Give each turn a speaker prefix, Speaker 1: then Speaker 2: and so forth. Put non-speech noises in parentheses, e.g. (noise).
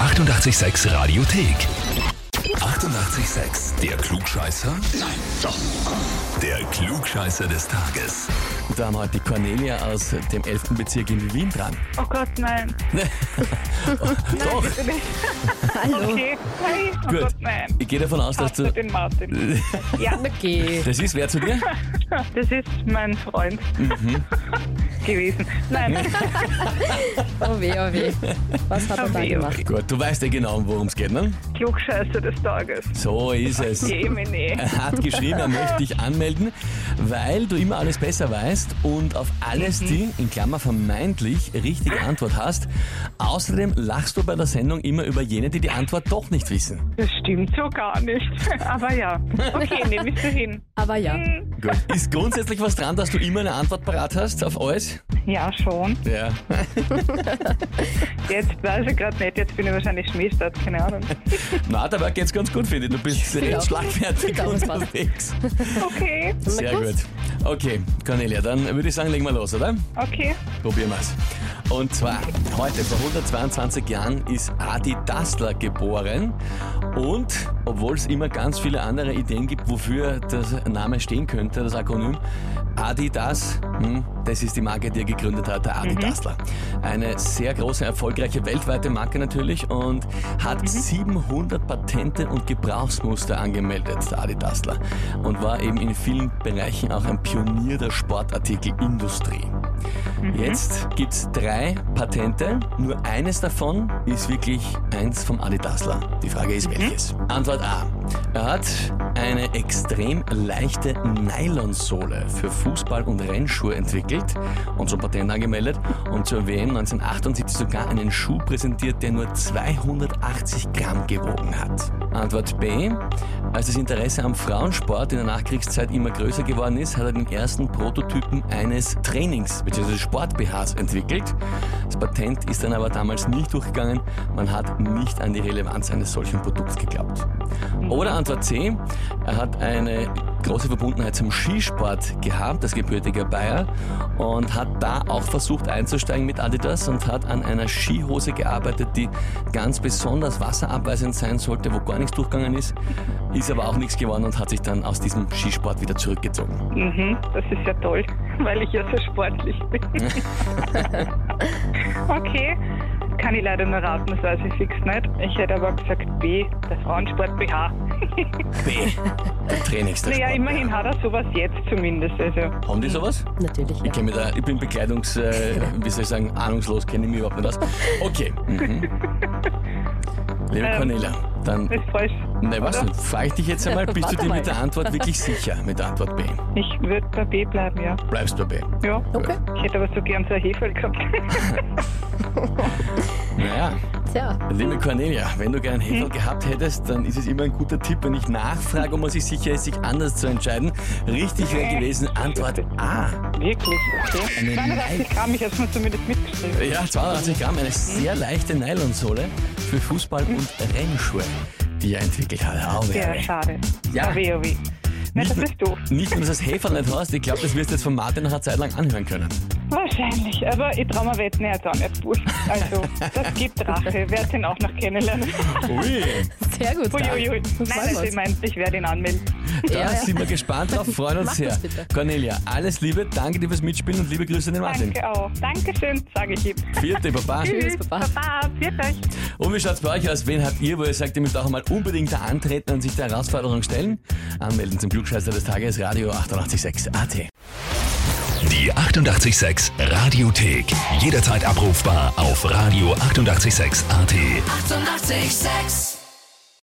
Speaker 1: 886 Radiothek. 88,6. Der Klugscheißer? Nein, doch. Der Klugscheißer des Tages.
Speaker 2: Da haben heute die Cornelia aus dem 11. Bezirk in Wien dran.
Speaker 3: Oh Gott,
Speaker 2: (laughs)
Speaker 3: nein. Nein,
Speaker 2: Doch,
Speaker 3: bitte nicht.
Speaker 2: (laughs)
Speaker 4: Hallo.
Speaker 3: Okay. Hi. Oh
Speaker 2: gut.
Speaker 3: Gott, nein.
Speaker 2: Ich gehe davon aus, dass
Speaker 3: Hast
Speaker 2: du...
Speaker 3: du den Martin?
Speaker 2: (laughs)
Speaker 3: Ja,
Speaker 4: Okay.
Speaker 2: Das ist wer zu dir?
Speaker 3: (laughs)
Speaker 2: Mhm.
Speaker 3: das ist mein Freund (laughs) gewesen. Nein, (laughs)
Speaker 4: Oh weh, oh weh. Was hat er
Speaker 3: Oh
Speaker 4: da
Speaker 3: weh, oh
Speaker 4: gemacht?
Speaker 2: Gut, du weißt ja genau, worum es geht, ne?
Speaker 3: Klugscheiße des Tages.
Speaker 2: So ist es. (laughs)
Speaker 3: Jemine.
Speaker 2: Er hat geschrieben, er möchte dich anmelden, weil du immer alles besser weißt und auf alles die, in Klammer vermeintlich, richtige Antwort hast. Außerdem lachst du bei der Sendung immer über jene, die die Antwort doch nicht wissen.
Speaker 3: Das stimmt so gar nicht. (laughs) Aber ja.
Speaker 2: (laughs)
Speaker 3: Okay, nehme ich so hin.
Speaker 4: Aber ja.
Speaker 2: Gut. Ist grundsätzlich was dran, dass du immer eine Antwort parat hast auf alles?
Speaker 3: Ja, schon.
Speaker 2: Ja.
Speaker 3: Jetzt weiß ich gerade nicht, jetzt bin ich wahrscheinlich Schmähstadt, keine Ahnung.
Speaker 2: Na, dabei geht's ganz gut, finde ich. Du bist recht
Speaker 4: auch. Ich
Speaker 2: schlagfertig
Speaker 4: glaube, es passt.
Speaker 2: unterwegs.
Speaker 3: Okay,
Speaker 2: Sehr
Speaker 4: gut.
Speaker 2: gut. Okay, Cornelia, dann würde ich sagen, legen wir los, oder?
Speaker 3: okay.
Speaker 2: Probieren wir's. Und zwar, heute vor 122 Jahren ist Adi Dassler geboren. Und obwohl es immer ganz viele andere Ideen gibt, wofür der Name stehen könnte, das Akronym, Adidas, hm, das ist die Marke, die er gegründet hat, der Adi Dassler. Eine sehr große, erfolgreiche weltweite Marke natürlich und hat 700 Patente und Gebrauchsmuster angemeldet, der Adi Dassler. Und war eben in vielen Bereichen auch ein Pionier der Sportartikelindustrie. Jetzt gibt's drei Patente. Nur eines davon ist wirklich eins vom Adidasler. Die Frage ist welches. Antwort A. Er hat eine extrem leichte Nylonsohle für Fußball- und Rennschuhe entwickelt und zum Patent angemeldet und zur WM 1978 sogar einen Schuh präsentiert, der nur 280 Gramm gewogen hat. Antwort B. Als das Interesse am Frauensport in der Nachkriegszeit immer größer geworden ist, hat er den ersten Prototypen eines Trainings bzw. Sport-BHs entwickelt. Das Patent ist dann aber damals nicht durchgegangen. Man hat nicht an die Relevanz eines solchen Produkts geglaubt. Oder Antwort C. Er hat eine große Verbundenheit zum Skisport gehabt, als gebürtiger Bayer, und hat da auch versucht einzusteigen mit Adidas und hat an einer Skihose gearbeitet, die ganz besonders wasserabweisend sein sollte, wo gar nichts durchgegangen ist, ist aber auch nichts geworden und hat sich dann aus diesem Skisport wieder zurückgezogen.
Speaker 3: Mhm, das ist ja toll, (laughs) weil ich ja so sportlich bin.
Speaker 2: (laughs)
Speaker 3: okay, kann ich leider nur raten, das weiß ich fix nicht. Ich hätte aber gesagt B, der Frauensport BH.
Speaker 2: B. Der Trainings der
Speaker 3: Naja,
Speaker 2: Sport.
Speaker 3: immerhin hat er sowas jetzt zumindest. Also,
Speaker 2: Haben die sowas?
Speaker 4: Natürlich,
Speaker 2: Ich,
Speaker 4: ja.
Speaker 2: kenn mich da, ich bin Bekleidungs, äh, wie soll ich sagen, ahnungslos, kenne ich mich überhaupt nicht aus. Okay.
Speaker 3: (laughs)
Speaker 2: Mhm. Liebe
Speaker 3: Ähm,
Speaker 2: Cornelia, dann
Speaker 3: das ist falsch.
Speaker 2: Na, was
Speaker 3: Oder?
Speaker 2: denn? Frage ich dich jetzt einmal, bist du
Speaker 4: Warte
Speaker 2: dir
Speaker 4: mal.
Speaker 2: mit der Antwort wirklich sicher? Mit der Antwort B.
Speaker 3: Ich würde bei B bleiben, ja.
Speaker 2: Bleibst bei B.
Speaker 3: Ja.
Speaker 4: Okay.
Speaker 3: Ich hätte aber so gern so ein Hefe gehabt. (laughs)
Speaker 2: Naja,
Speaker 4: Tja.
Speaker 2: liebe Cornelia, wenn du gern Hefel gehabt hättest, dann ist es immer ein guter Tipp, wenn ich nachfrage, ob man sich sicher ist, sich anders zu entscheiden. Richtig wäre gewesen, Antwort A.
Speaker 3: Wirklich, okay.
Speaker 2: Eine
Speaker 3: 89 Gramm, ich habe mir zumindest mitgeschrieben.
Speaker 2: Ja, 82 Gramm, eine sehr leichte Nylonsohle für Fußball- und Rennschuhe, die er entwickelt hat. Au,
Speaker 3: Ja,
Speaker 2: wei.
Speaker 3: schade.
Speaker 2: Ja.
Speaker 3: Oh weh, oh weh. Nein, das
Speaker 2: nur-
Speaker 3: ist doof.
Speaker 2: Nicht nur, dass du das Heferl nicht hast, ich glaube, das wirst du jetzt von Martin noch eine Zeit lang anhören können.
Speaker 3: Wahrscheinlich, aber ich traue mir Wetten jetzt an, nicht wurscht. Also, das gibt
Speaker 4: (laughs)
Speaker 3: Rache. Werd ihn auch noch kennenlernen.
Speaker 2: Ui,
Speaker 4: Sehr gut.
Speaker 3: Uiuiui. Nein,
Speaker 4: Freuen
Speaker 3: also
Speaker 4: wir's.
Speaker 3: ich meine, ich werde ihn anmelden.
Speaker 2: Da
Speaker 4: Ja, ja.
Speaker 2: sind wir gespannt drauf, freuen uns
Speaker 4: Mach
Speaker 2: sehr.
Speaker 4: das bitte.
Speaker 2: Cornelia, alles Liebe, danke dir fürs Mitspielen und liebe Grüße an den Martin.
Speaker 3: Danke auch. Dankeschön, sage ich ihm.
Speaker 2: Vierte, Baba.
Speaker 4: Tschüss, Baba.
Speaker 3: Baba, pfiat euch.
Speaker 2: Und wie schaut's bei euch aus? Wen habt ihr, wo ihr sagt, ihr müsst auch einmal unbedingt da antreten und sich der Herausforderung stellen? Anmelden zum Glückscheißer des Tages, Radio 886 AT.
Speaker 1: Die 88,6 Radiothek. Jederzeit abrufbar auf radio886.at. 88,6.
Speaker 5: Eighty-eight, sex.